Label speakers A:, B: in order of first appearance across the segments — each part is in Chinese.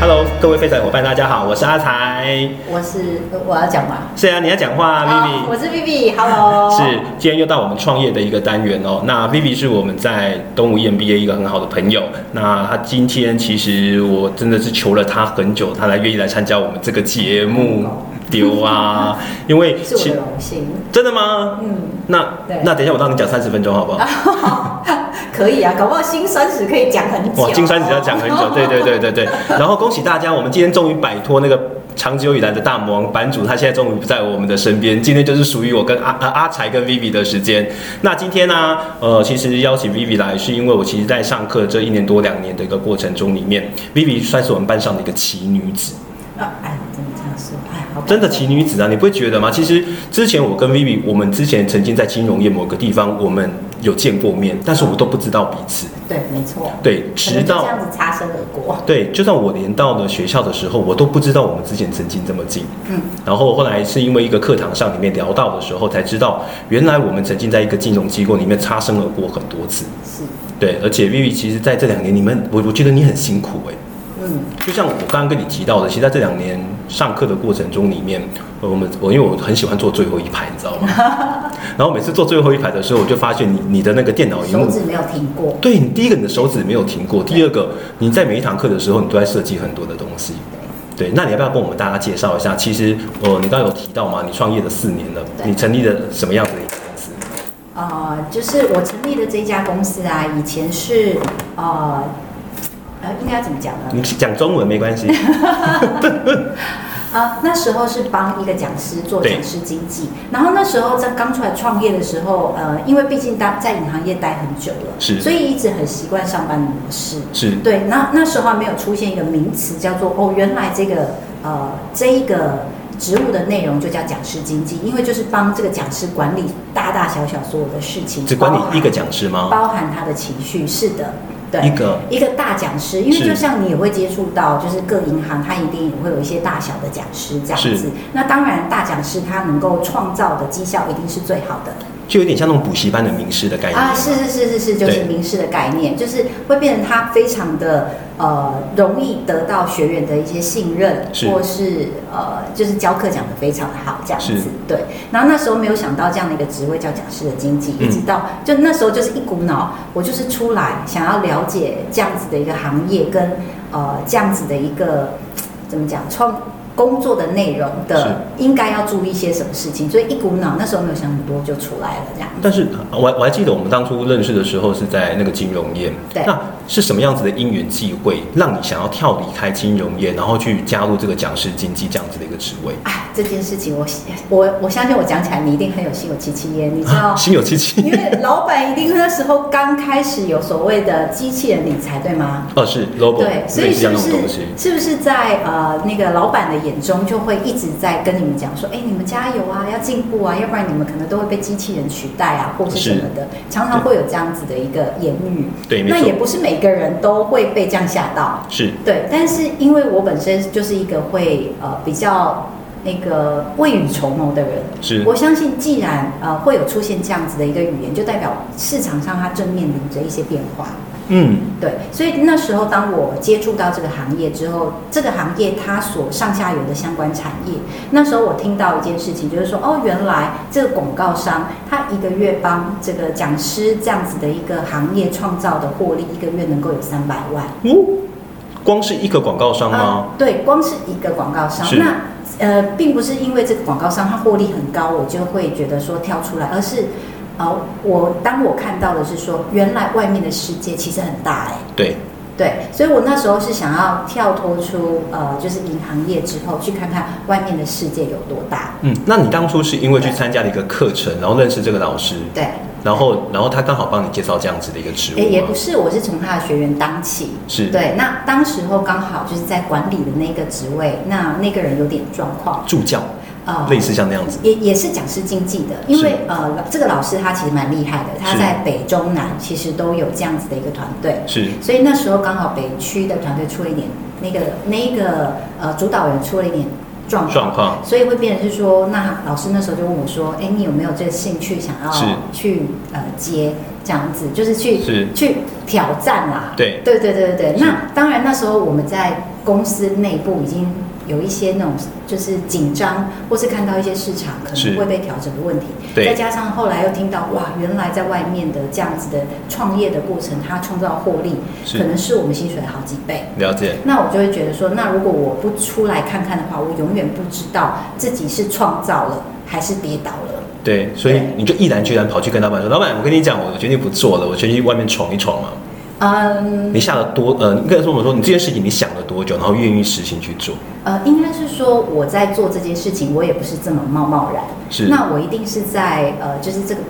A: Hello，各位飞仔伙伴，大家好，我是阿才。
B: 我是呃我要讲吗？
A: 是啊，你要讲话啊
B: 啊
A: ，Vivi。
B: 我是 Vivi，Hello。
A: 是，今天又到我们创业的一个单元哦。那 Vivi 是我们在东吴 E EMBA 一个很好的朋友。那他今天其实我真的是求了他很久，他来愿意来参加我们这个节目。丢啊，因为
B: 嗯 是我
A: 其
B: 的荣幸。
A: 真的吗？
B: 嗯，
A: 那
B: 对
A: 那等一下我让你讲三十分钟好不好？
B: 可以啊，搞不好新酸史可以讲很久。
A: 哇，金山只要讲很
B: 哦
A: 久，对对对对对。然后恭喜大家，我们今天终于摆脱那个长久以来的大魔王版主，他现在终于不在我们的身边。今天就是属于我跟阿阿呃阿才跟 Vivi 的时间。那今天呢、呃，其实邀请 Vivi 来，是因为我其实在上课这一年多两年的一个过程中里面，Vivi 算是我们班上的一个奇女子。
B: 啊。哎，真的这样说，哎，好吧
A: 真的奇女子啊，你不会觉得吗？其实之前我跟 Vivi，我们之前曾经在金融业某个地方，我们有见过面，但是我都不知道彼此。
B: 对，没错。
A: 对，
B: 可
A: 直
B: 能就
A: 到
B: 这样子擦身而过。
A: 对，就算我连到了学校的时候，我都不知道我们之前曾经这么近。
B: 嗯，
A: 然后后来是因为一个课堂上里面聊到的时候，才知道原来我们曾经在一个金融机构里面擦身而过很多次。
B: 是，
A: 对，而且 Vivi 其实在这两年，你们我我觉得你很辛苦诶、
B: 嗯，
A: 就像我刚刚跟你提到的，其实在这两年上课的过程中里面，呃我们我因为我很喜欢坐最后一排，你知道吗？然后每次坐最后一排的时候，我就发现你你的那个电脑荧幕
B: 手指没有停过。
A: 对你第一个，你的手指没有停过；第二个，你在每一堂课的时候，你都在设计很多的东西。对，那你要不要跟我们大家介绍一下？其实，呃，你刚刚有提到嘛，你创业了四年了，
B: 对
A: 你成立了什么样子的一个公司？
B: 呃，就是我成立的这家公司啊，以前是呃，呃，应该怎么讲呢？
A: 你讲中文没关 系。
B: 啊，那时候是帮一个讲师做
A: 对
B: 讲师经济，然后那时候在刚出来创业的时候，呃，因为毕竟当在银行业待很久了，
A: 是
B: 所以一直很习惯上班的模式。
A: 是
B: 对，那那时候还没有出现一个名词叫做哦，原来这个呃这一个职务的内容就叫讲师经济，因为就是帮这个讲师管理大大小小所有的事情，
A: 只管
B: 包含
A: 理一个讲师吗？
B: 包含他的情绪，是的，对，
A: 哦一个
B: 一个大讲师，因为
A: 是
B: 就像你也会接触到，就是各银行它一定也会有一些大小的讲师这样
A: 是
B: 子。那当然，大讲师他能够创造的绩效一定是最好的。
A: 就有点像那种补习班的名师的概念
B: 啊，是是是是是，就
A: 对
B: 是名师的概念，就是会变成他非常的呃容易得到学员的一些信任，
A: 是
B: 或是呃就是教课讲得非常的好这样子
A: 是，
B: 对。然后那时候没有想到这样的一个职位叫讲师的经济，
A: 嗯
B: 一直到就那时候就是一股脑，我就是出来想要了解这样子的一个行业跟呃这样子的一个怎么讲创。工作的内容
A: 是
B: 的应该要注意些什么事情，所以一股脑那时候没有想很多就出来了这样。
A: 但是呃我还我还记得我们当初认识的时候是在那个金融业，
B: 对
A: 那是什么样子的因缘际会，让你想要跳离开金融业，然后去加入这个讲师经济这样子的一个职位？，
B: 哎，这件事情我我我相信我讲起来你一定很有心有戚戚焉，你知道
A: 啊心有戚戚
B: 因。为老板一定那时候刚开始有所谓的机器人理财，对吗？
A: 哦，是 logo，
B: 对，所以
A: 类似
B: 是
A: 像
B: 不
A: 那种
B: 是
A: 东西，
B: 是不是在呃那个老板的眼中就会一直在跟你们讲说，哎，你们加油啊，要进步啊，要不然你们可能都会被机器人取代啊，或是什么的，常常会有这样子的一个言语。
A: 对，没
B: 那也
A: 错，
B: 不是每个人都会被这样吓到，
A: 是
B: 对，但是因为我本身就是一个会呃比较那个未雨绸缪的人，
A: 是
B: 我相信既然呃会有出现这样子的一个语言，就代表市场上它正面临着一些变化。
A: 嗯，
B: 对，所以那时候当我接触到这个行业之后，这个行业它所上下游的相关产业，那时候我听到一件事情，就是说哦，原来这个广告商他一个月帮这个讲师这样子的一个行业创造的获利，一个月能够有三百万。
A: 哦，光是一个广告商
B: 啊，
A: 吗？
B: 对，光是一个广告商，
A: 是
B: 那呃，并不是因为这个广告商它获利很高，我就会觉得说跳出来，而是呃，我当我看到的是说，原来外面的世界其实很大哎、
A: 对，
B: 对，所以我那时候是想要跳脱出呃，就是银行业之后，去看看外面的世界有多大。
A: 嗯，那你当初是因为去参加了一个课程，然后认识这个老师，
B: 对，
A: 然后然后他刚好帮你介绍这样子的一个职
B: 也
A: 务
B: 也
A: 吗
B: 不？是，我是从他的学员当起，
A: 是
B: 对，那当时候刚好就是在管理的那个职位，那那个人有点状况，
A: 助教，
B: 呃，
A: 类似像那样子，
B: 也也是讲师经济的，因为呃，这个老师他其实蛮厉害的，他
A: 是
B: 在北中南其实都有这样子的一个团队，
A: 是
B: 所以那时候刚好北区的团队出了一点那个那个呃主导人出了一点状况，
A: 状况，
B: 所以会变成是说，那老师那时候就问我说，哎，你有没有这个兴趣想要
A: 是
B: 去呃接这样子，就是去
A: 是
B: 去挑战啦，
A: 对
B: 对对对对对
A: 是
B: 那当然那时候我们在公司内部已经有一些那种就是紧张，或是看到一些市场可
A: 是
B: 能会被调整的问题，
A: 对
B: 再加上后来又听到哇，原来在外面的这样子的创业的过程，它创造获利
A: 是
B: 可能是我们薪水的好几倍。
A: 了解，
B: 那我就会觉得说，那如果我不出来看看的话，我永远不知道自己是创造了还是跌倒了。
A: 对，所以
B: 对
A: 你就毅然决然跑去跟老板说，老板，我跟你讲，我决定不做了，我决定去外面闯一闯嘛。
B: 嗯，
A: 你想了多，呃，你跟我们说，你这件事情你想了多久，然后愿意实行去做，
B: 呃，应该是说我在做这件事情，我也不是这么贸贸然。
A: 是
B: 那我一定是在呃，就是这个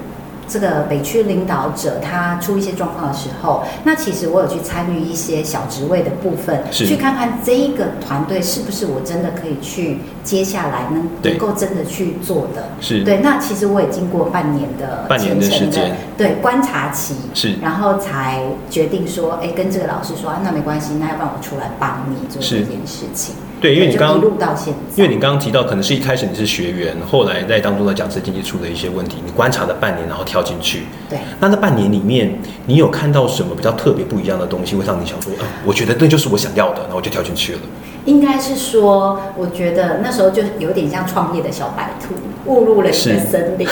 B: 这个北区领导者他出一些状况的时候，那其实我有去参与一些小职位的部分，
A: 是
B: 去看看这一个团队是不是我真的可以去接下来能
A: 对
B: 能够真的去做的。
A: 是
B: 对，那其实我也经过半年的
A: 半年的
B: 虔诚
A: 时间
B: 对观察期，
A: 是
B: 然后才决定说，哎，跟这个老师说，啊那没关系，那要不然我出来帮你做这
A: 是
B: 件事情。
A: 对因为你
B: 就
A: 刚
B: 一路到现在，
A: 因为你刚刚提到，可能是一开始你是学员，后来在当中的讲师经济出了一些问题，你观察了半年，然后跳进去。
B: 对。
A: 那那半年里面，你有看到什么比较特别不一样的东西，会让你想说，啊，我觉得那就是我想要的，然后我就跳进去了。
B: 应该是说，我觉得那时候就有点像创业的小白兔，误入了一
A: 是
B: 个森林。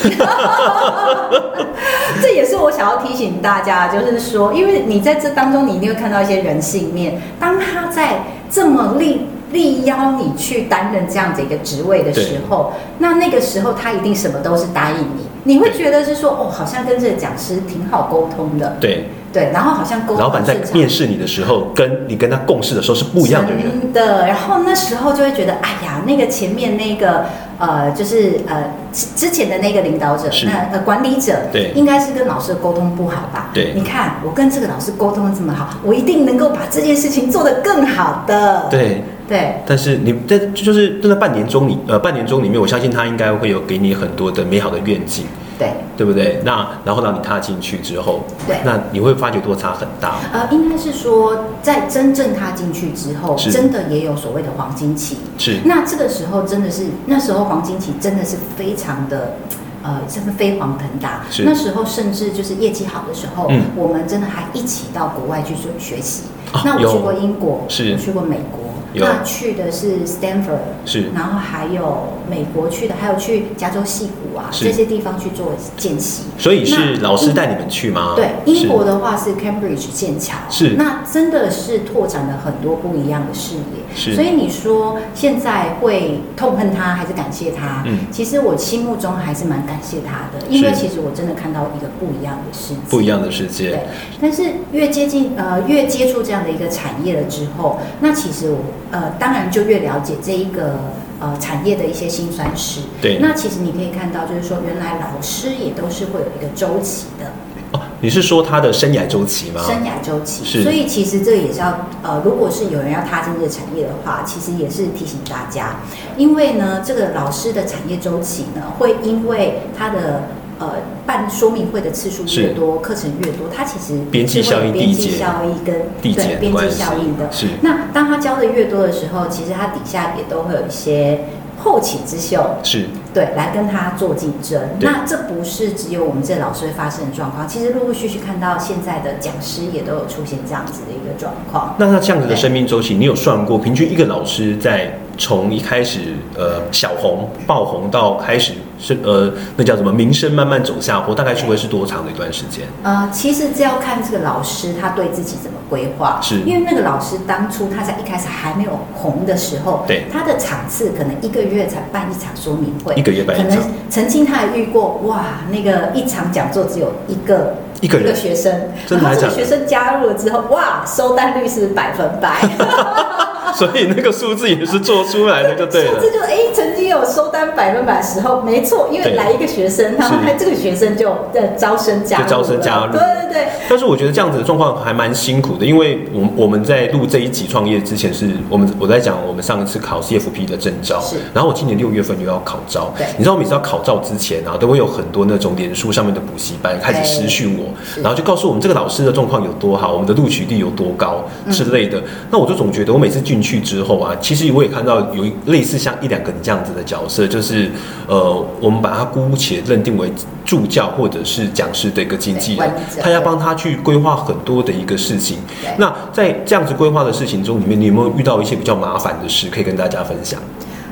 B: 这也是我想要提醒大家，就是说，因为你在这当中，你一定会看到一些人性面。当他在这么力力邀你去担任这样子一个职位的时候，那那个时候他一定什么都是答应你，你会
A: 对
B: 觉得是说，哦，好像跟这个讲师挺好沟通的，
A: 对，
B: 对，然后好呃像沟通
A: 老板在
B: 顺畅
A: 面试你的时候，跟你跟他共事的时候是不一样的人。
B: 真的，然后那时候就会觉得，哎呀，那个前面那个呃，就是呃之之前的那个领导者，
A: 是
B: 那呃管理者，
A: 对
B: 应该是跟老师沟通不好吧？
A: 对
B: 你看我跟这个老师沟通得这么好，我一定能够把这件事情做得更好的。
A: 对，
B: 对
A: 但是你在就是真的半年中里，呃，半年中里面，我相信他应该会有给你很多的美好的愿景，
B: 对，
A: 对不对？那然后让你踏进去之后，
B: 对
A: 那你会发觉落差很大。
B: 呃，应该是说在真正踏进去之后，
A: 是
B: 真的也有所谓的黄金期。
A: 是
B: 那这个时候真的是，那时候黄金期真的是非常的。呃，真的飞黄腾达
A: 是。
B: 那时候甚至就是业绩好的时候，
A: 嗯
B: 我们真的还一起到国外去做学习。
A: 啊
B: 那我
A: 有
B: 去过英国，
A: 是
B: 我去过美国，
A: 有
B: 那去的是 Stanford，
A: 是
B: 然后还有美国去的，还有去加州西谷啊
A: 是
B: 这些地方去做见习。
A: 所以是
B: 那
A: 老师
B: 英
A: 带你们去吗？
B: 对，
A: 啊是
B: 英国的话是 Cambridge 剑桥，
A: 是
B: 那真的是拓展了很多不一样的视野。
A: 是
B: 所以你说现在会痛恨他还是感谢他？
A: 嗯
B: 其实我心目中还是蛮感谢他的，因为
A: 是
B: 其实我真的看到一个不一样的世界。
A: 不一样的世界
B: 对。，但是越接近呃越接触这样的一个产业了之后，那其实我呃当然就越了解这一个呃产业的一些辛酸史。
A: 对
B: 那其实你可以看到，就是说原来老师也都是会有一个周期的。
A: 哦，你是说他的生涯周期吗？
B: 生涯周
A: 啊是
B: 期，所以其实这也是要呃，如果是有人要踏进这个产业的话，其实也是提醒大家，因为呢，这个老师的产业周期呢，会因为他的呃办说明会的次数
A: 是
B: 越多，课程越多，它其实
A: 边际
B: 是会
A: 效益
B: 有边际
A: 递减
B: 效益跟
A: 递减
B: 对
A: 的
B: 边
A: 关
B: 际
A: 系
B: 效益的。
A: 是
B: 那当他教的越多的时候，其实他底下也都会有一些后起之秀，
A: 是
B: 对，来跟他做竞争。
A: 对
B: 那这不是只有我们这老师会发生的状况，其实陆陆续续看到现在的讲师也都有出现这样子的一个状况。
A: 那那这样子的
B: 对
A: 生命周期，你有算过平均一个老师在从一开始呃小红爆红到开始是呃那叫什么名声慢慢走下坡，大概是会是多长的一段时间？
B: 呃，其实这要看这个老师他对自己怎么规划，
A: 是
B: 因为那个老师当初他在一开始还没有红的时候，
A: 对
B: 他的场次可能一个月才办一场说明会，
A: 一个月办一
B: 可能
A: 场
B: 曾经他还遇过，哇，那个一场讲座只有一个
A: 一个人
B: 学生，
A: 真的
B: 然后这
A: 还假的
B: 个学生加入了之后，哇，收单率是百分百。
A: 所以那个数字也是做出来的，就对了
B: 这。就哎、诶曾经有收单百分百的时候，没错，因
A: 对
B: 为来一个学生，然后
A: 是
B: 他这个学生就呃招生加入
A: 就
B: 了，
A: 招生加入
B: 对对对，
A: 但是我觉得这样子的状况还蛮辛苦的，因为我们我们在录这一集创业之前是，我们我在讲我们上一次考 CFP 的证照
B: 是，
A: 然后我今年六月份又要考照
B: 对，
A: 你知道我每次要考照之前啊，都会有很多那种脸书上面的补习班开始私讯我，
B: 是
A: 然后就告诉我们这个老师的状况有多好，我们的录取率有多高之类的。那我就总觉得我每次进去之后啊，其实我也看到有一类似像一两个你这样子的的角色，就是呃，我们把它姑且认定为助教或者是讲师的一个经纪人
B: 对管理，者
A: 他要帮他去规划很多的一个事情。
B: 对
A: 那在这样子规划的事情中里面，你有没有遇到一些比较麻烦的事可以跟大家分享？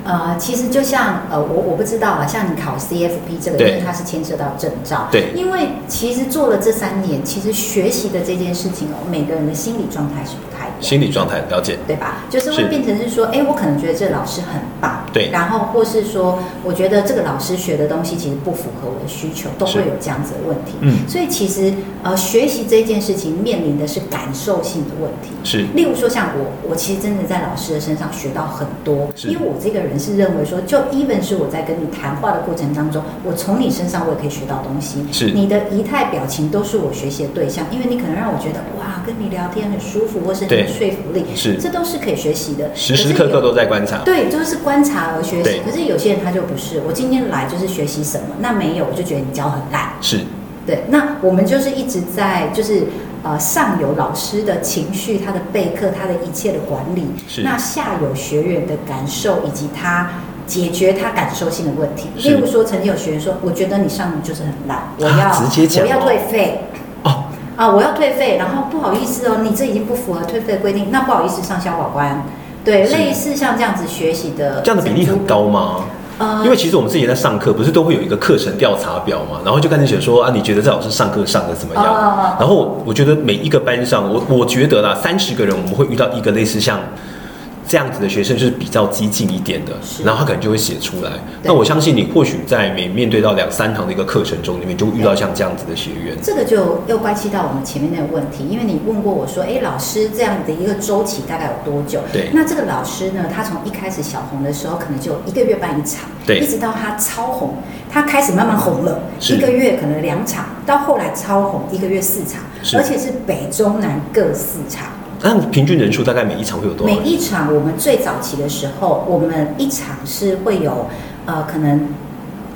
B: 呃，其实就像呃，我我不知道啊，像你考 CFP 这个，因
A: 对
B: 为它是牵涉到证照，
A: 对
B: 因为其实做了这三年，其实学习的这件事情哦，每个人的心理状态是不太一样的。
A: 心理状态了解，
B: 对吧？就
A: 是
B: 是会变成是说，哎，我可能觉得这老师很棒，
A: 对
B: 然后或是说，我觉得这个老师学的东西其实不符合我的需求，都
A: 是
B: 会有这样子的问题。
A: 嗯，
B: 所以其实呃，学习这件事情面临的是感受性的问题。
A: 是
B: 例如说，像我，我其实真的在老师的身上学到很多，
A: 是
B: 因为我这个人是认为说，就 even 是我在跟你谈话的过程当中，我从你身上我也可以学到东西。
A: 是
B: 你的仪态、表情都是我学习的对象，因为你可能让我觉得哇，跟你聊天很舒服，或是很
A: 对
B: 有说服力，
A: 是
B: 这都是可以学习的。
A: 时时刻刻
B: 都
A: 都在观察，
B: 对，就是观察而学
A: 对
B: 习。可是有些人他就不是，我今天来就是学习什么，那没有我就觉得你教很烂。
A: 是
B: 对，那我们就是一直在就是呃上有老师的情绪，他的备课，他的一切的管理，
A: 是
B: 那下有学员的感受以及他。解决他感受性的问题，
A: 是
B: 例如说，曾经有学员说：“我觉得你上午就是很烂，我要、
A: 啊直接讲
B: 我要
A: 哦
B: 退费
A: 哦，
B: 啊，我要退费。”然后不好意思哦，你这已经不符合退费的规定，那不好意思，上消保官。对，
A: 是
B: 类似像这样子学习的
A: 这样的比例很高吗？
B: 呃，
A: 因为其实我们之前在上课，不是都会有一个课程调查表嘛，然后就看你写说啊，你觉得这老师上课上的怎么样？
B: 哦
A: 然后我觉得每一个班上，我我觉得啦，三十个人我们会遇到一个类似像这样子的学生，就是比较激进一点的
B: 是，
A: 然后他可能就会写出来。
B: 对
A: 那我相信你或许在每面对到两三堂的一个课程中，里面就会遇到像这样子的学员。
B: 这个就又关系到我们前面那个问题，因为你问过我说，哎，老师这样的一个周期大概有多久？
A: 对
B: 那这个老师呢，他从一开始小红的时候，可能就一个月办一场，
A: 对
B: 一直到他超红，他开始慢慢红了，
A: 是
B: 一个月可能两场，到后来超红，一个月四场，
A: 是
B: 而且是北中南各四场。
A: 那平均人数大概每一场会有多少
B: 每
A: 人？
B: 一场我们最早期的时候，我们一场是会有，呃，可能，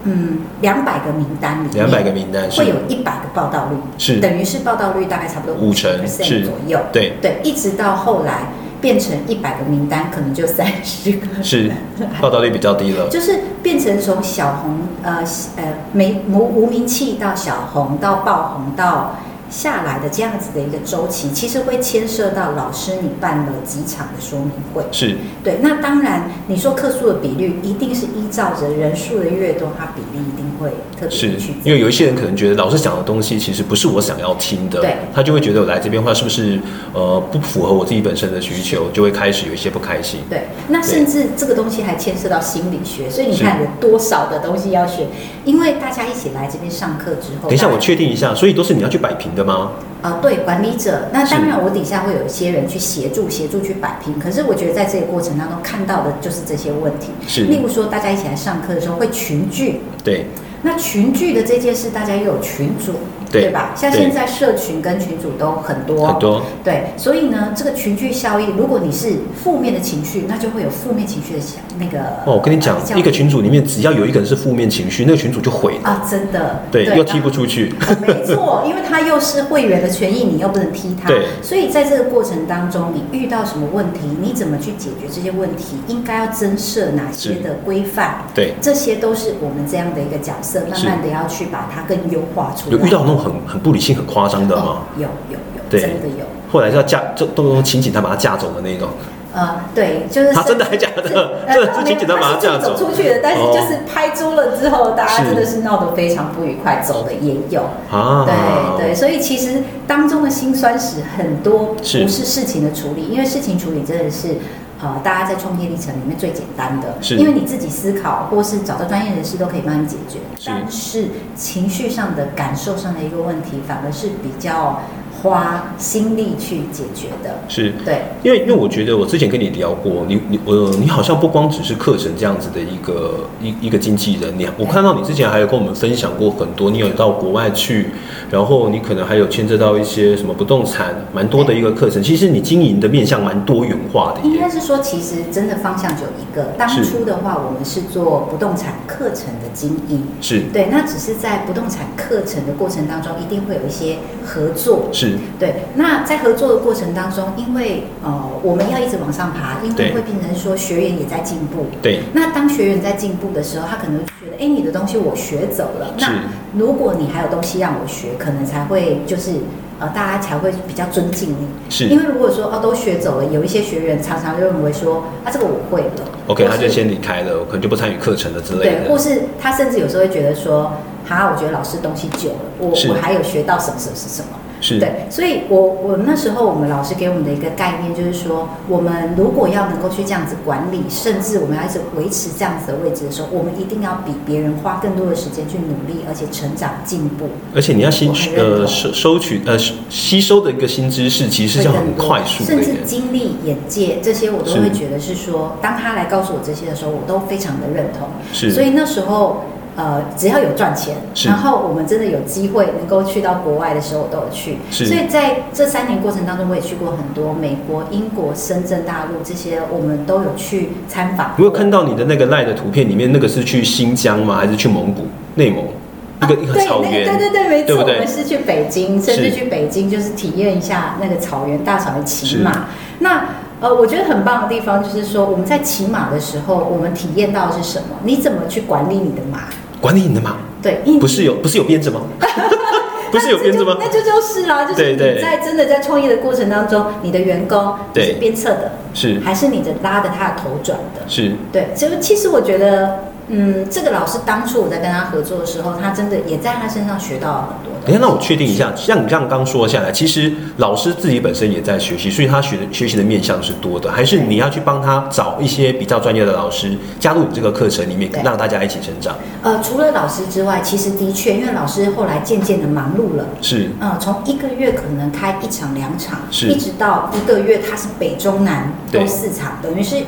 B: 嗯，两百个名单里面，
A: 两百个名单是
B: 会有一百个报道率，
A: 是
B: 等于是报道率大概差不多
A: 五成是
B: percent 左右，
A: 对
B: 对，一直到后来变成一百个名单，可能就三十个人
A: 是报道率比较低了，
B: 就是变成从小红呃呃没无无名气到小红到爆红到下来的这样子的一个周期，其实会牵涉到老师你办了几场的说明会。
A: 是
B: 对，那当然你说客数的比率一定是依照着人数的越多，它比例一定会特
A: 是
B: 别地去，
A: 因为有一些人可能觉得老师讲的东西其实不是我想要听的，
B: 对
A: 他就会觉得我来这边的话是不是呃不符合我自己本身的需求，就会开始有一些不开心。
B: 对，那甚至这个东西还牵涉到心理学，所以你看
A: 是
B: 有多少的东西要学，因为大家一起来这边上课之后，
A: 等一下，
B: 大家
A: 我确定一下，所以都是你要去摆平的吗？
B: 呃，对管理者，那
A: 是
B: 当然我底下会有一些人去协助，协助去摆平。可是我觉得在这个过程当中看到的就是这些问题，
A: 是
B: 例如说大家一起来上课的时候会群聚，
A: 对，
B: 那群聚的这件事大家又有群组，
A: 对
B: 吧？像
A: 对
B: 现在社群跟群组都很多，
A: 很多
B: 对，所以呢，这个群聚效应，如果你是负面的情绪，那就会有负面情绪的想那个。
A: 哦，我跟你讲
B: 呃，效
A: 一
B: 应
A: 个群组里面只要有一个人是负面情绪，那个群组就毁了，
B: 啊，真的，
A: 对，又踢不
B: 出。
A: 出去，
B: 没错，因为他又是会员的权益，你又不能踢他
A: 对，
B: 所以在这个过程当中，你遇到什么问题，你怎么去解决这些问题，应该要增设哪些的规范，
A: 对，
B: 这些都是我们这样的一个角色，慢
A: 是
B: 慢的要去把它更优化出来。
A: 有遇到那种很很不理性、很夸张的
B: 哦
A: 吗？
B: 有有有，
A: 对
B: 真的有。
A: 后来是要架，就动用情景他把他架走的那种，
B: 呃，对，就是
A: 啊真的还假的
B: 是
A: 这这情景都把它架走
B: 是自己出去的，但是
A: 哦
B: 就是拍桌了之后，大家
A: 是
B: 真的是闹得非常不愉快，走的也有。
A: 啊，
B: 对对，所以其实当中的辛酸史很多，不
A: 是
B: 是事情的处理，因为事情处理真的是。呃，大家在创业历程里面最简单的，
A: 是
B: 因为你自己思考，或是找到专业人士都可以帮你解决。
A: 是
B: 但是情绪上的、感受上的一个问题，反而是比较花心力去解决的。
A: 是。
B: 对，
A: 因为因为我觉得我之前跟你聊过，你你呃，你好像不光只是课程这样子的一个一一个经纪人，你我看到你之前还有跟我们分享过很多，你有到国外去，然后你可能还有牵涉到一些什么不动产，蛮多的一个课程。其实你经营的面向蛮多元化的
B: 应该
A: 耶，
B: 是说，其实真的方向只有一个。当
A: 是
B: 初的话，我们是做不动产课程的经营，
A: 是
B: 对，那只是在不动产课程的过程当中，一定会有一些合作。
A: 是
B: 对，那在合作的过程当中，因为呃我们要一直往上爬，因
A: 对
B: 为会变成说学员也在进步。
A: 对，
B: 那当学员在进步的时候，他可能就觉得，哎，你的东西我学走了。
A: 是
B: 那如果你还有东西让我学，可能才会就是呃，大家才会比较尊敬你。因
A: 是
B: 为如果说哦都学走了，有一些学员常常就认为说，啊这个我会了
A: OK，
B: 或
A: 他
B: 是
A: 就先离开了，我可能就不参与课程了之类
B: 对，或
A: 的。
B: 是他甚至有时候会觉得说，哈，我觉得老师东西久了，我
A: 是
B: 我还有学到什么什么什么。
A: 是
B: 对，所以我我那时候我们老师给我们的一个概念就是说，我们如果要能够去这样子管理，甚至我们要一直维持这样子的位置的时候，我们一定要比别人花更多的时间去努力，而且成长进步。
A: 而且你要吸
B: 我很认
A: 呃
B: 同
A: 收收取呃吸吸收的一个新知识，其实是要很快速的
B: 甚
A: 耶，
B: 至经历、眼界这些，我都
A: 是
B: 会觉得是说，当他来告诉我这些的时候，我都非常的认同。
A: 是
B: 所以那时候，呃，只要有赚钱，
A: 是
B: 然后我们真的有机会能够去到国外的时候，我都有去。
A: 是
B: 所以在这三年过程当中，我也去过很多美国、英国、深圳、大陆这些，我们都有去参访。
A: 我有看到你的那个赖的图片，里面那个是去新疆吗？还是去蒙古、内蒙？一个、一个
B: 哦对
A: 草
B: 那
A: 原，
B: 啊对对对，没
A: 对
B: 错，
A: 不对
B: 我们是去北京，甚
A: 是
B: 至去北京就是体验一下那个草原大草原骑
A: 是
B: 马。那呃，我觉得很棒的地方就是说，我们在骑马的时候，我们体验到的是什么？你怎么去管理你的马？
A: 管理你的马，
B: 对，因
A: 不是有不是有鞭 子吗？不是有
B: 那这
A: 鞭子
B: 就
A: 吗？
B: 那这就是啦，就
A: 对
B: 是
A: 对
B: 你在真的在创业的过程当中，你的员工你
A: 对
B: 是鞭策的，
A: 是
B: 还是你的拉着他的头转的？
A: 是
B: 对，所以其实我觉得，嗯，这个老师当初我在跟他合作的时候，他真的也在他身上学到了很多东西。
A: 等一下，让我确定一下，像你这样刚说下来，其实老师自己本身也在学习，所以他学的学习的面向是多的，还是你要去帮他找一些比较专业的老师加入你这个课程里面
B: 对，
A: 让大家一起成长？
B: 呃，除了老师之外，其实的确，因为老师后来渐渐的忙碌了。
A: 是
B: 嗯，从一个月可能开一场两场，
A: 是
B: 一直到一个月，它是北中南
A: 对
B: 都四场，等于是一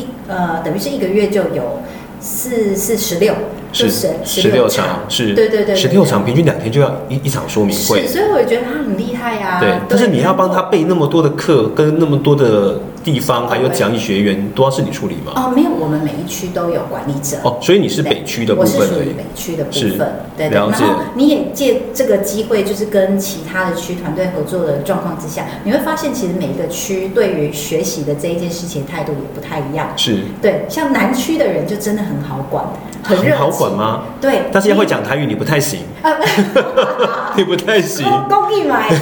B: 一呃，等于是一个月就有四四十六，就是十
A: 六
B: 六
A: 场，是
B: 对对对，
A: 十六场，平均两天就要一一场说明会
B: 是，。所以我也觉得他很厉害啊呀、
A: 对，但是你要帮他备那么多的课，跟那么多的地方，还有讲义学员，都要是你处理吗？
B: 哦，没有，我们每一区都有管理者。
A: 哦，所以你是北区的部
B: 我是
A: 分
B: 属
A: 而
B: 于
A: 已
B: 北。区的部
A: 是
B: 分，对对。
A: 了
B: 然
A: 解
B: 后你也借这个机会，就是跟其他的区团队合作的状况之下，你会发现其实每一个区对于学习的这一件事情的态度也不太一样。
A: 是，
B: 对，像南区的人就真的很好管，很热
A: 好
B: 情
A: 管吗？
B: 对，
A: 但是要会讲台语，你不太 行，
B: 啊，
A: 你不太行。
B: 公益买，
A: 你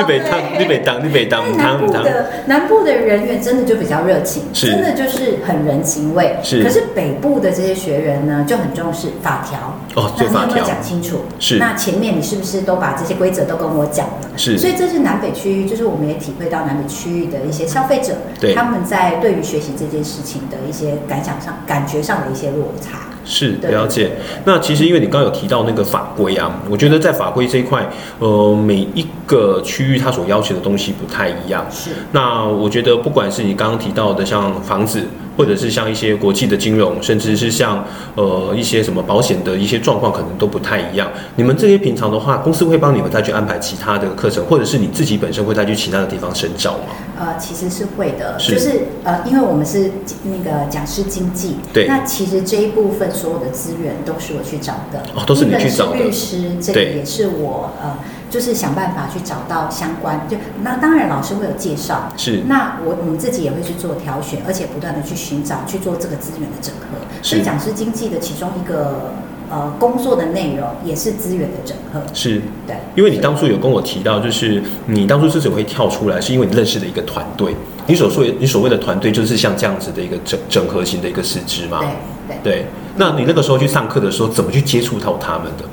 B: 你
A: 北当，你北当，你北当，
B: 因为
A: 唔
B: 南
A: 当唔
B: 部
A: 当。
B: 的南部的人员真的就比较热情，
A: 是
B: 真的就是很人情味。
A: 是
B: 可是北部的这些学员呢，就很重视法条。
A: 哦对
B: 那你有
A: 法
B: 没
A: 条
B: 有讲清楚？
A: 是
B: 那前面你是不是都把这些规则都跟我讲了？
A: 是
B: 所以这是南北区域，就是我们也体会到南北区域的一些消费者，
A: 对
B: 他们在对于学习这件事情的一些感想上、感觉上的一些落差。
A: 是
B: 对
A: 了解。那其实因为你刚刚有提到那个法规啊，我觉得在法规这一块，呃，每一个区域它所要求的东西不太一样。
B: 是
A: 那我觉得，不管是你刚刚提到的像房子，或者是像一些国际的金融，甚至是像呃一些什么保险的一些状况，可能都不太一样。你们这些平常的话，公司会帮你们再去安排其他的课程，或者是你自己本身会再去其他的地方深造吗？
B: 呃，其实是会的，
A: 是
B: 就是呃，因为我们是那个讲师经济，
A: 对
B: 那其实这一部分所有的资源都是我去找的，
A: 哦都是你去找的
B: 一本是律师，这个
A: 对
B: 也是我呃，就是想办法去找到相关，就那当然老师会有介绍，
A: 是
B: 那我我们自己也会去做挑选，而且不断的去寻找去做这个资源的整合，
A: 是
B: 所以讲师经济的其中一个呃工作的内容也是资源的整合，
A: 是
B: 对。
A: 因为你当初有跟我提到，就是你当初之所以会跳出来，是因为你认识的一个团队。你所说你所谓的团队，就是像这样子的一个整整合型的一个师资嘛
B: 对？对，
A: 对。那你那个时候去上课的时候，怎么去接触到他们的？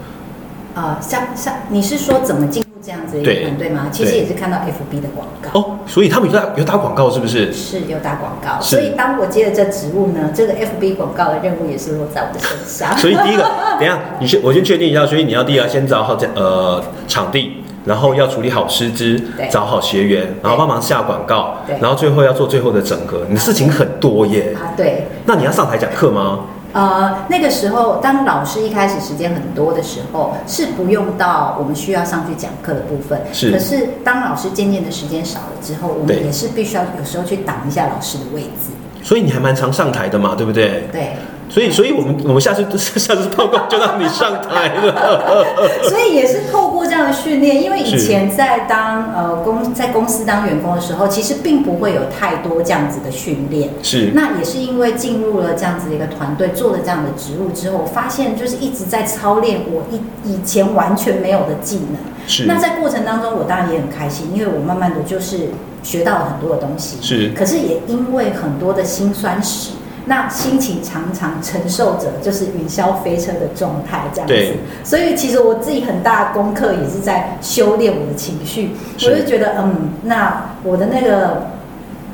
B: 呃，像像你是说怎么进入这样子的一
A: 对
B: 个团队吗？其实
A: 对
B: 也是看到 FB 的广告。
A: 哦，所以他们有打有打广告是不是？
B: 是有打广告，
A: 是
B: 所以当我接了这职务呢，这个 FB 广告的任务也是落在我的身上。
A: 所以第一个， 等一下你先我先确定一下，所以你要第一个先找好这呃场地，然后要处理好师资
B: 对，
A: 找好学员，然后帮忙下广告
B: 对，
A: 然后最后要做最后的整合。你的事情很多耶，
B: 啊，对，
A: 那你要上台讲课吗？
B: 呃，那个时候当老师一开始时间很多的时候，是不用到我们需要上去讲课的部分。
A: 是
B: 可是当老师渐渐的时间少了之后，我
A: 对
B: 们也是必须要有时候去挡一下老师的位置。
A: 所以你还蛮常上台的嘛，对不对？
B: 对，
A: 所以，所以我们我们下次 下次报告就让你上台了。
B: 所以也是透过这样的训练，因为以前在当呃公在公司当员工的时候，其实并不会有太多这样子的训练。
A: 是，
B: 那也是因为进入了这样子的一个团队，做了这样的职务之后，我发现就是一直在操练我以以前完全没有的技能。
A: 是，
B: 那在过程当中，我当然也很开心，因为我慢慢的就是学到了很多的东西。
A: 是
B: 可是也因为很多的辛酸史，那心情常常承受着就是云霄飞车的状态这样子
A: 对。
B: 所以其实我自己很大的功课也是在修炼我的情绪。我
A: 是
B: 就觉得，嗯，那我的那个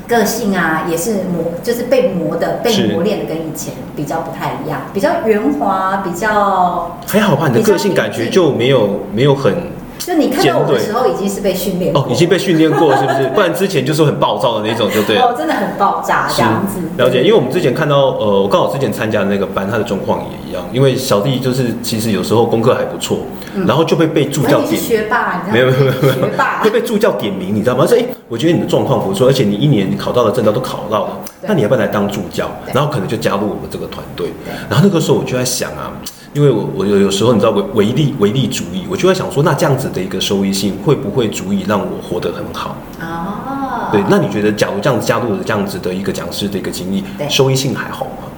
B: 个性啊，也是磨，就是被磨的、被
A: 是
B: 磨练的，跟以前比较不太一样，比较圆滑，比较
A: 还好吧？你的个性感觉就没有没有很
B: 就你看到我
A: 尖
B: 的
A: 锐
B: 时候已经是被训练过
A: 哦，已经被训练过是不 是？不然之前就是很暴躁的那种，就对了。
B: 哦，真的很爆炸这
A: 是
B: 样子。
A: 了解，因为我们之前看到，呃，我刚好之前参加的那个班，他的状况也一样，因为小弟就是其实有时候功课还不错，
B: 嗯
A: 然后就会被助
B: 所
A: 教
B: 以你是
A: 点，
B: 学霸，你
A: 没
B: 知
A: 有
B: 道
A: 没有
B: 吗？
A: 没有没
B: 学
A: 有，
B: 霸
A: 会。被助教点名，你知道吗？说哎、诶我觉得你的状况不错，而且你一年考到的证照都考到了，
B: 对
A: 那你要不要来当助教？
B: 对
A: 然后可能就加入我们这个团队
B: 对。
A: 然后那个时候我就在想啊，因为我我有有时候你知道唯唯利唯利主义，我就在想说，那这样子的一个收益性会不会足以让我活得很好？
B: 哦，
A: 对，那你觉得假如这样加入了这样子的一个讲师的一个经历
B: 对，
A: 收益性还好吗？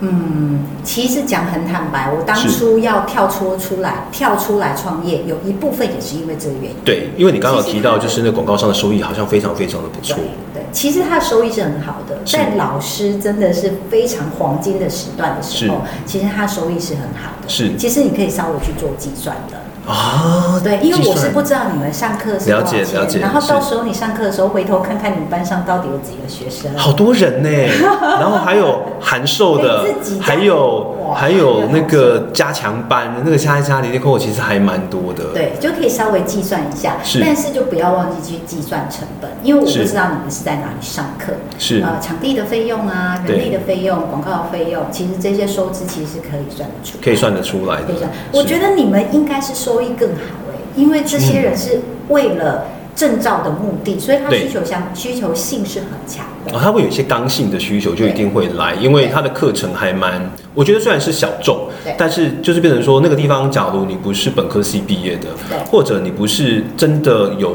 B: 嗯，其实讲很坦白，我当
A: 是
B: 初要跳出出来，跳出来创业，有一部分也是因为这个原因。
A: 对，因为你刚好
B: 其实
A: 提到，
B: 它
A: 就是那广告商的收益好像非常非常的不
B: 对
A: 错。
B: 对，其实它的收益是很好的，
A: 是
B: 在老师真的是非常黄金的时段的时候
A: 是，
B: 其实它收益是很好的。
A: 是
B: 其实你可以稍微去做计算的。
A: 啊，
B: 对，因为我是
A: 计算
B: 不知道你们上课是多
A: 了
B: 少
A: 解
B: 钱，
A: 了解
B: 然后
A: 是
B: 到时候你上课的时候回头看看你们班上到底有几个学生。
A: 好多人 呢，然后还有函授的
B: 你自己，家
A: 还有
B: 哇
A: 还有那个加强班，那个加一加零零扣其实还蛮多的。
B: 对，就可以稍微计算一下，
A: 呃是
B: 但是就不要忘记去计算成本，因为我不
A: 是
B: 知道你们是在哪里上课，
A: 是
B: 呃场地的费用啊，人
A: 对
B: 力的费用、广告的费用，其实这些收支其实是可以算得出来的，
A: 可以算得出来的
B: 可以算。
A: 是
B: 我觉得你们应该是收益更好哎、因为这些人是为了证照的目的，所以他
A: 对
B: 需求相需求性是很强的。
A: 哦，他会有一些刚性的需求，就一定会来，因为他的课程还蛮，我觉得虽然是小众
B: 对，
A: 但是就是变成说，那个地方，假如你不是本科系毕业的
B: 对，
A: 或者你不是真的有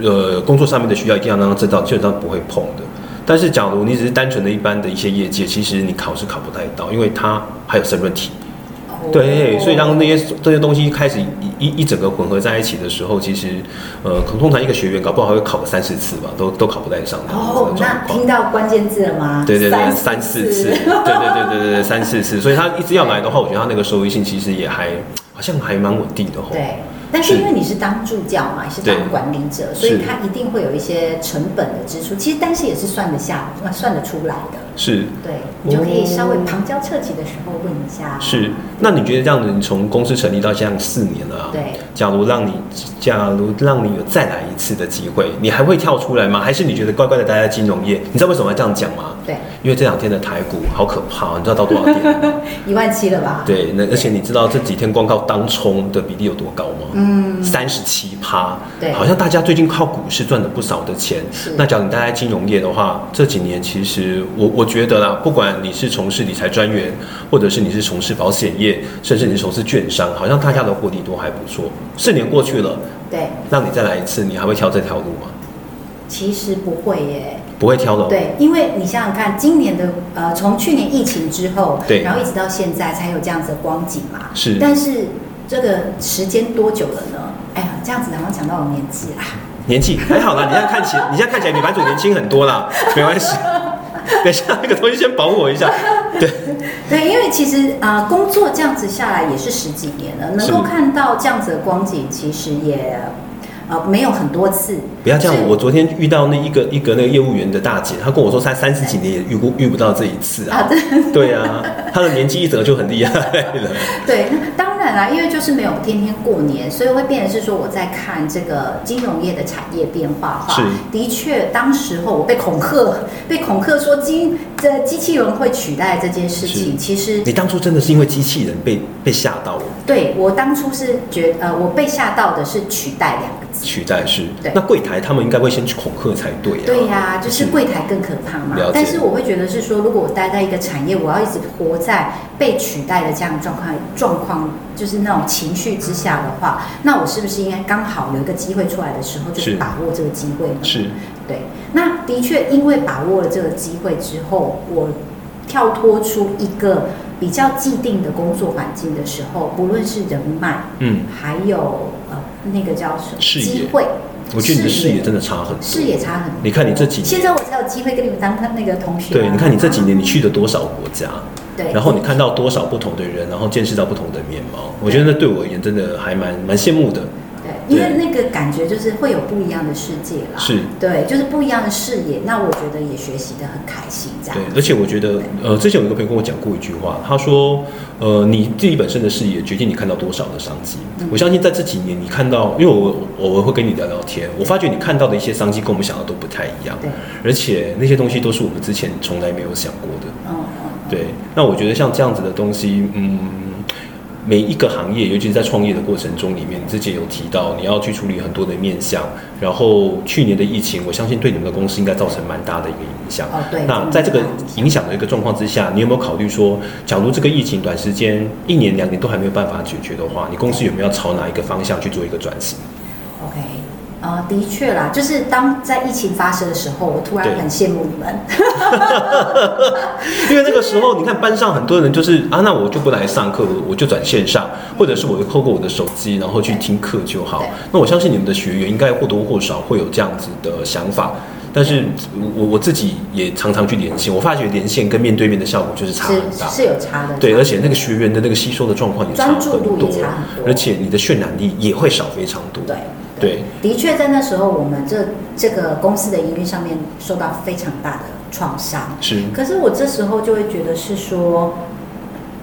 A: 呃工作上面的需要，一定要让他知道，基本上不会碰的。但是，假如你只是单纯的一般的一些业界，其实你考是考不太到，因为它还有申论题。对，
B: 哦
A: 所以当那些这些东西开始一一一整个混合在一起的时候，其实，呃，可能通常一个学员搞不好还会考个三四次吧，都都考不太上的。
B: 哦，
A: 这样的状
B: 那
A: 况
B: 听到关键字了吗？
A: 对对对，三四次，对对对对对对，三四次，所以他一直要来的话，我觉得他那个收益性其实也还好像还蛮稳定的哦。
B: 对，但是因为你是当助教嘛，也是当
A: 对
B: 管理者，所以
A: 是
B: 他一定会有一些成本的支出。其实，但是也是算得下、算得出来的。
A: 是
B: 对，你就可以
A: 哦
B: 稍微旁敲侧击的时候问一下。
A: 是，那你觉得这样子，你从公司成立到现在四年了、啊，
B: 对，
A: 假如让你，假如让你有再来一次的机会，你还会跳出来吗？还是你觉得乖乖的待在金融业？你知道为什么要这样讲吗？
B: 对，
A: 因为这两天的台股好可怕哦，你知道到多少点？
B: 一万七了吧？
A: 对，那而且你知道这几天光靠当冲的比例有多高吗？
B: 嗯，
A: 三十七趴，
B: 对
A: 好像大家最近靠股市赚了不少的钱
B: 是。
A: 那假如你待在金融业的话，这几年其实我我觉得啦，不管你是从事理财专员，或者是你是从事保险业，甚至你是从事券商，好像大家的获利都还不错。四年过去了，
B: 对，
A: 让你再来一次，你还会挑这条路吗？
B: 其实不会耶。
A: 不会挑的、哦。
B: 对，因为你想想看，今年的呃，从去年疫情之后，
A: 对
B: 然后一直到现在才有这样子的光景嘛。
A: 是
B: 但是这个时间多久了呢？哎呀，这样子好像讲到我年纪啦。
A: 年纪还好啦，你现在看起，你现在看起来比版主年轻很多啦，没关 系。等一下，那个东西先保我一下。
B: 对，因为其实啊、呃工作这样子下来也是十几年了，能
A: 是
B: 够看到这样子的光景，其实也呃没有很多次。
A: 不要这样
B: 是，
A: 我昨天遇到那一个一个那个业务员的大姐，她跟我说，她三十几年也遇过遇不到这一次啊。
B: 啊， 对
A: 对啊，她的年纪一折就很厉害 了。
B: 对，那当然啦，因为就是没有天天过年，所以会变成是说我在看这个金融业的产业变化化
A: 是。
B: 的确，当时候我被恐吓， 被恐吓说机这机器人会取代这件事情，
A: 是
B: 其实
A: 你当初真的是因为机器人被被吓到了，
B: 对我当初是觉呃，我被吓到的是“取代”两个子。
A: 取代式
B: 对。
A: 那柜台他们应该会先去恐吓才对啊。
B: 对呀、就是柜台更可怕嘛
A: 了解。
B: 但是我会觉得是说，如果我待在一个产业，我要一直活在被取代的这样的状况状况，就是那种情绪之下的话，那我是不是应该刚好有一个机会出来的时候，就是是把握这个机会呢？
A: 是
B: 对，那的确因为把握了这个机会之后，我跳脱出一个比较既定的工作环境的时候，不论是人脉，
A: 嗯，
B: 还有呃那个叫什么
A: 视野
B: 机会，
A: 我觉得你的视野真的差很多。
B: 视野差很多。
A: 你看你这几年，
B: 现在我才有机会跟你们当那个同学、啊。
A: 对，你看你这几年你去了多少国家，
B: 对，
A: 然后你看到多少不同的人，然后见识到不同的面貌。我觉得那对我而言真的还蛮蛮羡慕的。
B: 对，因为那个感觉就是会有不一样的世界啦。
A: 是，
B: 对，就是不一样的视野。那我觉得也学习的很开心，这样
A: 对。，而且我觉得，呃，之前有一个朋友跟我讲过一句话，他说，呃，你自己本身的视野决定你看到多少的商机。
B: 嗯
A: 我相信在这几年，你看到，因为我我我会跟你聊聊天，我发觉你看到的一些商机跟我们想的都不太一样，
B: 对，
A: 而且那些东西都是我们之前从来没有想过的。
B: 嗯嗯，
A: 对，那我觉得像这样子的东西，嗯，每一个行业，尤其是在创业的过程中里面，你自己有提到你要去处理很多的面向，然后去年的疫情，我相信对你们的公司应该造成蛮大的一个影响。
B: 哦对
A: 那在这个
B: 真的蛮大
A: 影响的一个状况之下，你有没有考虑说，假如这个疫情短时间一年两年都还没有办法解决的话，你公司有没有要朝哪一个方向去做一个转型？
B: OK。呃，的确啦，就是当在疫情发生的时候，我突然
A: 对
B: 很羡慕你们。
A: 因为那个时候，你看班上很多人就是啊，那我就不来上课，我我就转线上，或者是我就透过我的手机，然后去听课就好
B: 对。
A: 那我相信你们的学员应该或多或少会有这样子的想法，但是我我自己也常常去连线，我发觉连线跟面对面的效果就是差很大
B: 是。是有差的。
A: 对，而且那个学员的那个吸收的状况也差很
B: 专注度也差很多
A: 而且你的渲染力也会少非常多。
B: 对
A: 对，
B: 的确在那时候，我们这这个公司的营运上面受到非常大的创伤。
A: 是
B: 可是我这时候就会觉得是说，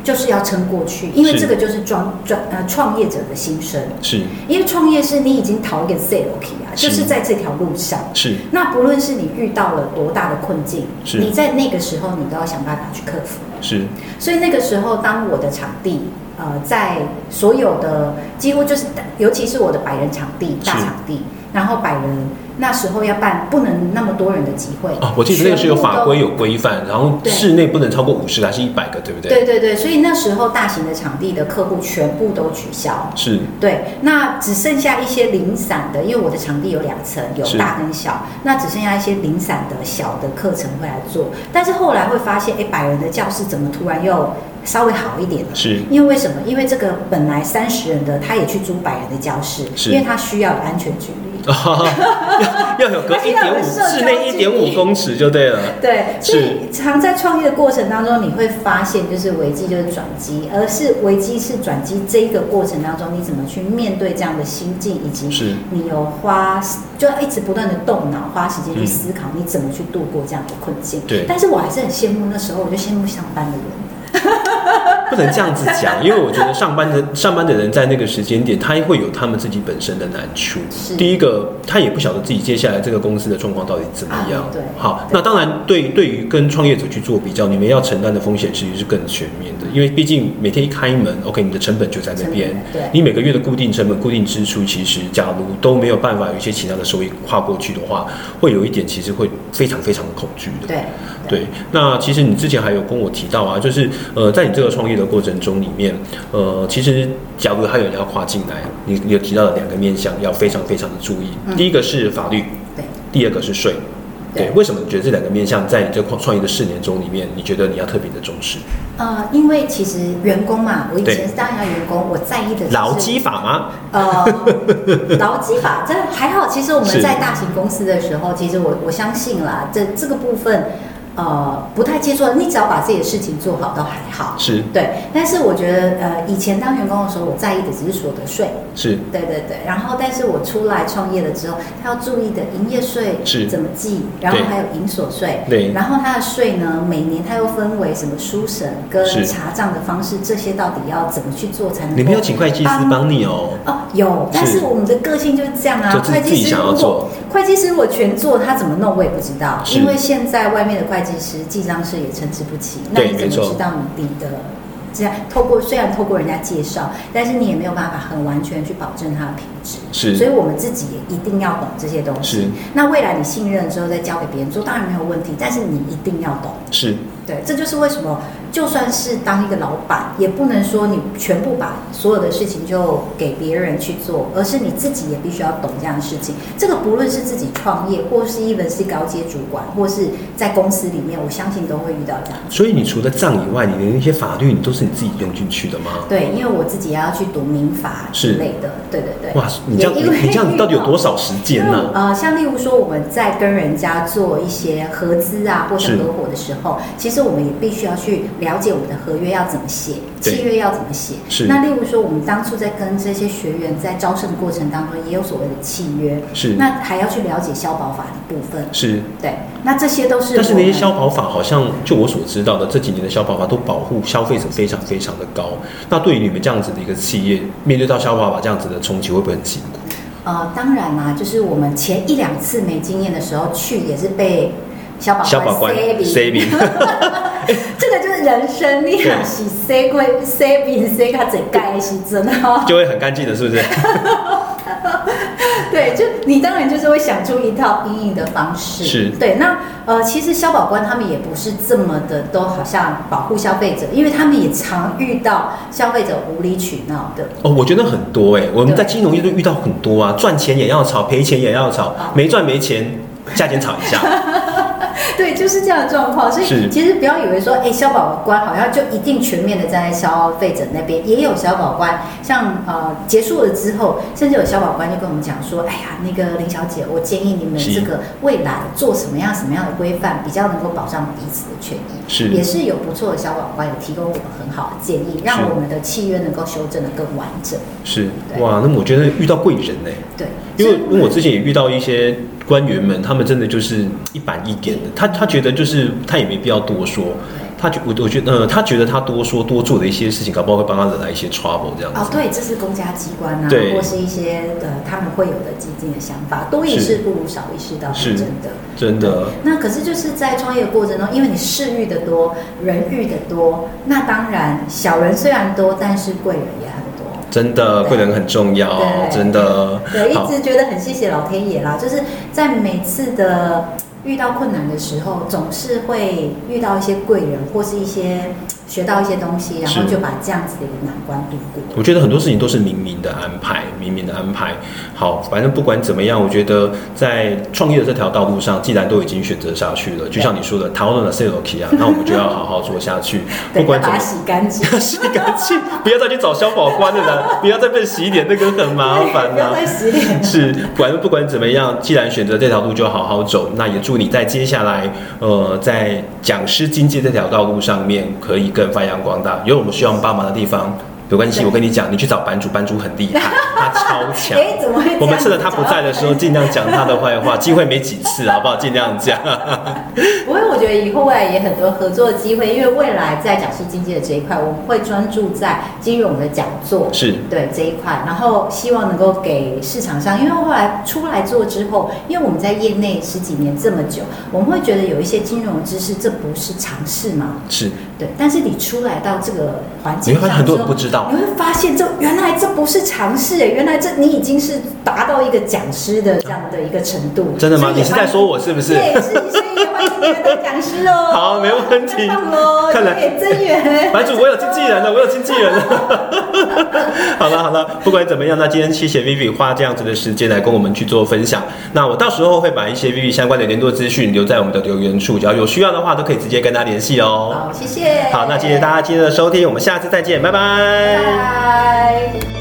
B: 就是要撑过去，因为
A: 是
B: 这个就是创创呃创业者的心声。
A: 是
B: 因为创业是你已经逃一个 zero key 啊，
A: 是
B: 就是在这条路上。
A: 是
B: 那不论是你遇到了多大的困境，
A: 是
B: 你在那个时候你都要想办法去克服。
A: 是，
B: 所以那个时候，当我的场地，呃，在所有的几乎就是，尤其是我的百人场地、
A: 是
B: 大场地，然后百人那时候要办不能那么多人的集会
A: 啊，我记得那个是有法规。有规范，然后
B: 对
A: 室内不能超过五十还是一百个，对不对？
B: 全部都对对对，所以那时候大型的场地的客户全部都取消，
A: 是
B: 对，那只剩下一些零散的，因为我的场地有两层，有
A: 是
B: 大跟小，那只剩下一些零散的小的课程会来做。但是后来会发现，哎，百人的教室怎么突然又稍微好一点了？
A: 是
B: 因为为什么？因为这个本来三十人的，他也去租百人的教室，
A: 是
B: 因为他需要有安全距离。
A: 啊，要要有隔
B: 还
A: 一
B: 是要
A: 点
B: 有
A: 五
B: 社交
A: 室内一
B: 距
A: 点五
B: 离
A: 公尺就对了。
B: 对，
A: 是
B: 所以常在创业的过程当中，你会发现，就是危机就是转机，而是危机是转机这一个过程当中，你怎么去面对这样的心境，以及
A: 是
B: 你有花就要一直不断的动脑，花时间去
A: 嗯
B: 思考你怎么去度过这样的困境。
A: 对
B: 但是我还是很羡慕那时候，我就羡慕上班的人。
A: 不能这样子讲，因为我觉得上班的上班的人在那个时间点，他会有他们自己本身的难处
B: 是。
A: 第一个，他也不晓得自己接下来这个公司的状况到底怎么样。
B: 啊对
A: 好，
B: 对
A: 那当然对对于跟创业者去做比较，你们要承担的风险其实是更全面的，因为毕竟每天一开门，OK，你的成本就在那边
B: 成本，对
A: 你每个月的固定成本、固定支出，其实假如都没有办法有一些其他的收益跨过去的话，会有一点其实会非常非常的恐惧的。
B: 对
A: 对，那其实你之前还有跟我提到啊，就是呃，在你这个创业的过程中里面，呃，其实假如还有人要跨进来，你你有提到的两个面向要非常非常的注意，
B: 嗯
A: 第一个是法律，
B: 对
A: 第二个是税。
B: 对
A: 对，为什么你觉得这两个面向在你这创创业的四年中里面，你觉得你要特别的重视？
B: 呃，因为其实员工嘛，我以
A: 对
B: 前是当然要员工，我在意的就是
A: 劳基法吗？
B: 呃， 劳基法这还好。其实我
A: 是
B: 们在大型公司的时候，其实我我相信啦，这这个部分呃不太接触，你只要把自己的事情做好都还好。
A: 是
B: 对，但是我觉得呃，以前当员工的时候，我在意的只是所得税，
A: 是
B: 对对对。然后，但是我出来创业了之后，他要注意的营业税
A: 是
B: 怎么计，然后
A: 对
B: 还有营所税，
A: 对
B: 然后他的税呢，每年他又分为什么书审跟
A: 是
B: 查账的方式，这些到底要怎么去做才能够？
A: 你没有请会计师帮你哦。
B: 哦，有，但
A: 是
B: 是我们的个性就是这样啊。
A: 就自己
B: 会计
A: 自己
B: 师
A: 想
B: 如
A: 要
B: 果
A: 做
B: 会计师如果全做，他怎么弄我也不知道，
A: 是
B: 因为现在外面的会计师、记账师也参差不齐，那
A: 对
B: 你怎
A: 没
B: 么
A: 错
B: 知道你的这样透过虽然透过人家介绍，但是你也没有办法很完全去保证它的品质。所以
A: 是
B: 我们自己也一定要懂这些东西。
A: 是
B: 那未来你信任之后再交给别人做，当然没有问题，但是你一定要懂。
A: 是
B: 对，这就是为什么，就算是当一个老板，也不能说你全部把所有的事情就给别人去做，而是你自己也必须要懂这样的事情。这个不论是自己创业，或是 even 是高阶主管，或是在公司里面，我相信都会遇到这样。
A: 所以你除了账以外，你的那些法律你都是你自己用进去的吗？
B: 对，因为我自己也要去读民法之类的，对对对。
A: 哇，你这样
B: 也
A: 你
B: 因为
A: 你这样到底有多少时
B: 因
A: 间
B: 为
A: 呢、
B: 呃，像例如说我们在跟人家做一些合资啊或者
A: 是
B: 合伙的时候，其实我们也必须要去了解我们的合约要怎么写，
A: 对
B: 契约要怎么写。
A: 是
B: 那例如说我们当初在跟这些学员在招生的过程当中，也有所谓的契约，
A: 是
B: 那还要去了解消保法的部分。
A: 是，
B: 对，那这些都是
A: 但是那些消
B: 我们
A: 保法好像就我所知道的，这几年的消保法都保护消费者非常非常的高。那对于你们这样子的一个企业，面对到消保法这样子的冲击，会不会很辛苦？
B: 呃，当然啦、就是我们前一两次没经验的时候去，也是被消保
A: 消保官
B: 塞鼻
A: saving
B: 这个就是人生，你若是洗过、洗面、洗到整盖的时阵哦，
A: 就会很干净的，是 不是？
B: 对，就你当然就是会想出一套阴影的方式。
A: 是
B: 对。那呃，其实消保官他们也不是这么的，都好像保护消费者，因为他们也常遇到消费者无理取闹的。
A: 哦，我觉得很多哎、我们
B: 对
A: 在金融业都遇到很多啊，赚钱也要吵，赔钱也要吵，
B: 哦
A: 没赚没钱价钱吵一下，
B: 对，就是这样的状况。所
A: 是
B: 以其实不要以为说，哎，消保官好像就一定全面的站在消费者那边，也有消保官，像呃结束了之后，甚至有消保官就跟我们讲说，哎呀，那个林小姐，我建议你们
A: 是
B: 这个未来做什么样什么样的规范，比较能够保障彼此的权益。
A: 是
B: 也是有不错的消保官有提供我们很好的建议，让
A: 是
B: 我们的契约能够修正的更完整。
A: 是
B: 对
A: 哇，那么我觉得遇到贵人哎、
B: 对，
A: 因为
B: 所以
A: 因为我之前也遇到一些官员们，他们真的就是一板一眼的，他他觉得就是他也没必要多说，他觉我我觉得呃他觉得他多说多做的一些事情，搞不好会帮他惹来一些 trouble 这样子。
B: 哦，对，这是公家机关啊，
A: 对
B: 或是一些呃他们会有的激进的想法，多一
A: 是
B: 事不如少一事，倒
A: 是
B: 是真的。
A: 真的
B: 那可是就是在创业过程中，因为你事遇的多，人遇的多，那当然小人虽然多，但是贵人也很多。
A: 真的
B: 对
A: 贵人很重要，
B: 对
A: 真的
B: 对，一
A: 哦好
B: 直觉得很谢谢老天爷啦，就是在每次的遇到困难的时候，总是会遇到一些贵人或是一些学到一些东西，然后
A: 是
B: 就把这样子的一个难关度过。
A: 我觉得很多事情都是冥冥的安排，冥冥的安排。好，反正不管怎么样，我觉得在创业的这条道路上，既然都已经选择下去了，就像你说的，讨论了 C O K 啊，那我们就要好好做下去。不
B: 对，要
A: 管怎
B: 把它
A: 么。
B: 洗干 净。
A: 洗干净，不要再去找消保官了啦，不要再被洗脸，那个很麻烦啊
B: 不
A: 啦
B: 要。再洗 脸了。
A: 是，反正不管怎么样，既然选择这条路，就好好走。那也祝你在接下来，呃，在讲师经济这条道路上面，可以更发扬光大。有我们需要帮忙的地方，没关系，
B: 对
A: 我跟你讲，你去找版主，版主很厉害，他超强。
B: 哎，怎么会这样？
A: 我们趁着他不在的时候，尽量讲他的坏话，机会没几次，好不好？尽量讲。
B: 不过我觉得以后未来也很多合作机会，因为未来在讲师经济的这一块，我们会专注在金融的讲座。
A: 是，
B: 对这一块，然后希望能够给市场上，因为后来出来做之后，因为我们在业内十几年这么久，我们会觉得有一些金融知识，这不是常识嘛？
A: 是，
B: 对，但是你出来到这个环
A: 你
B: 境
A: 会发现
B: 上之后，
A: 很多人不知道
B: 你会发现这原来这不是常识诶，原来这你已经是达到一个讲师的这样的一个程度。
A: 真的吗
B: 所？以
A: 你是在说我是不是？
B: 对，是所以欢迎你来当讲师喽。
A: 好，没问题。
B: 太棒喽，
A: 看来
B: 有点增 援。
A: 版主，我有经纪人了，我有经纪人了。好了好了，不管怎么样，那今天谢谢 Vivi 花这样子的时间来跟我们去做分享。那我到时候会把一些 Vivi 相关的联络资讯留在我们的留言处，只要有需要的话都可以直接跟他联系哦。
B: 好，谢谢。
A: 好，那谢谢大家今天的收听，我们下次再见，拜拜
B: 拜拜。